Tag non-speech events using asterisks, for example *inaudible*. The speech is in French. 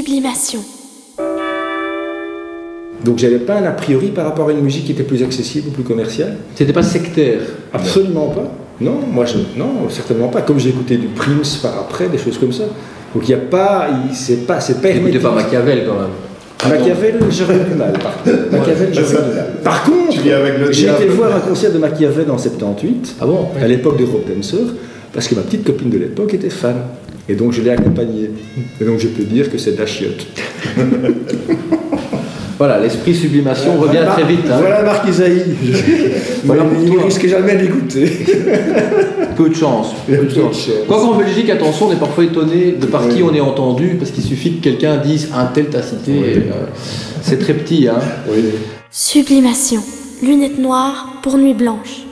Sublimation. Donc j'avais pas un a priori par rapport à une musique qui était plus accessible ou plus commerciale. C'était pas sectaire. Absolument pas. Non, moi je, non, certainement pas. Comme j'ai écouté du Prince par après, des choses comme ça. Donc il n'y a pas, il- c'est pas, c'est pas Écoutez hermétique. pas Machiavel quand même. Machiavel, j'aurais du mal. Par *laughs* contre, Machiavel, Ouais, j'aurais ça, du mal. Par contre, tu viens avec le j'ai diable. été voir un concert de Machiavel en 78, Ah bon à l'époque de Rob Dancer, parce que ma petite copine de l'époque était fan. Et donc je l'ai accompagnée. Et donc je peux dire que c'est de la chiotte. Voilà, l'esprit sublimation revient très vite. hein. Voilà Marc Isaïe. Voilà Mais pour il ne toi. risque jamais de l'écouter. Peu de chance. Il y a Peu de peu de chance. chance. Quoi qu'en Belgique, attention, on est parfois étonné de par qui Oui. on est entendu, parce qu'il suffit que quelqu'un dise un tel t'a cité. Oui. et, euh, c'est très petit, hein. Oui. Sublimation. Lunettes noires pour nuit blanche.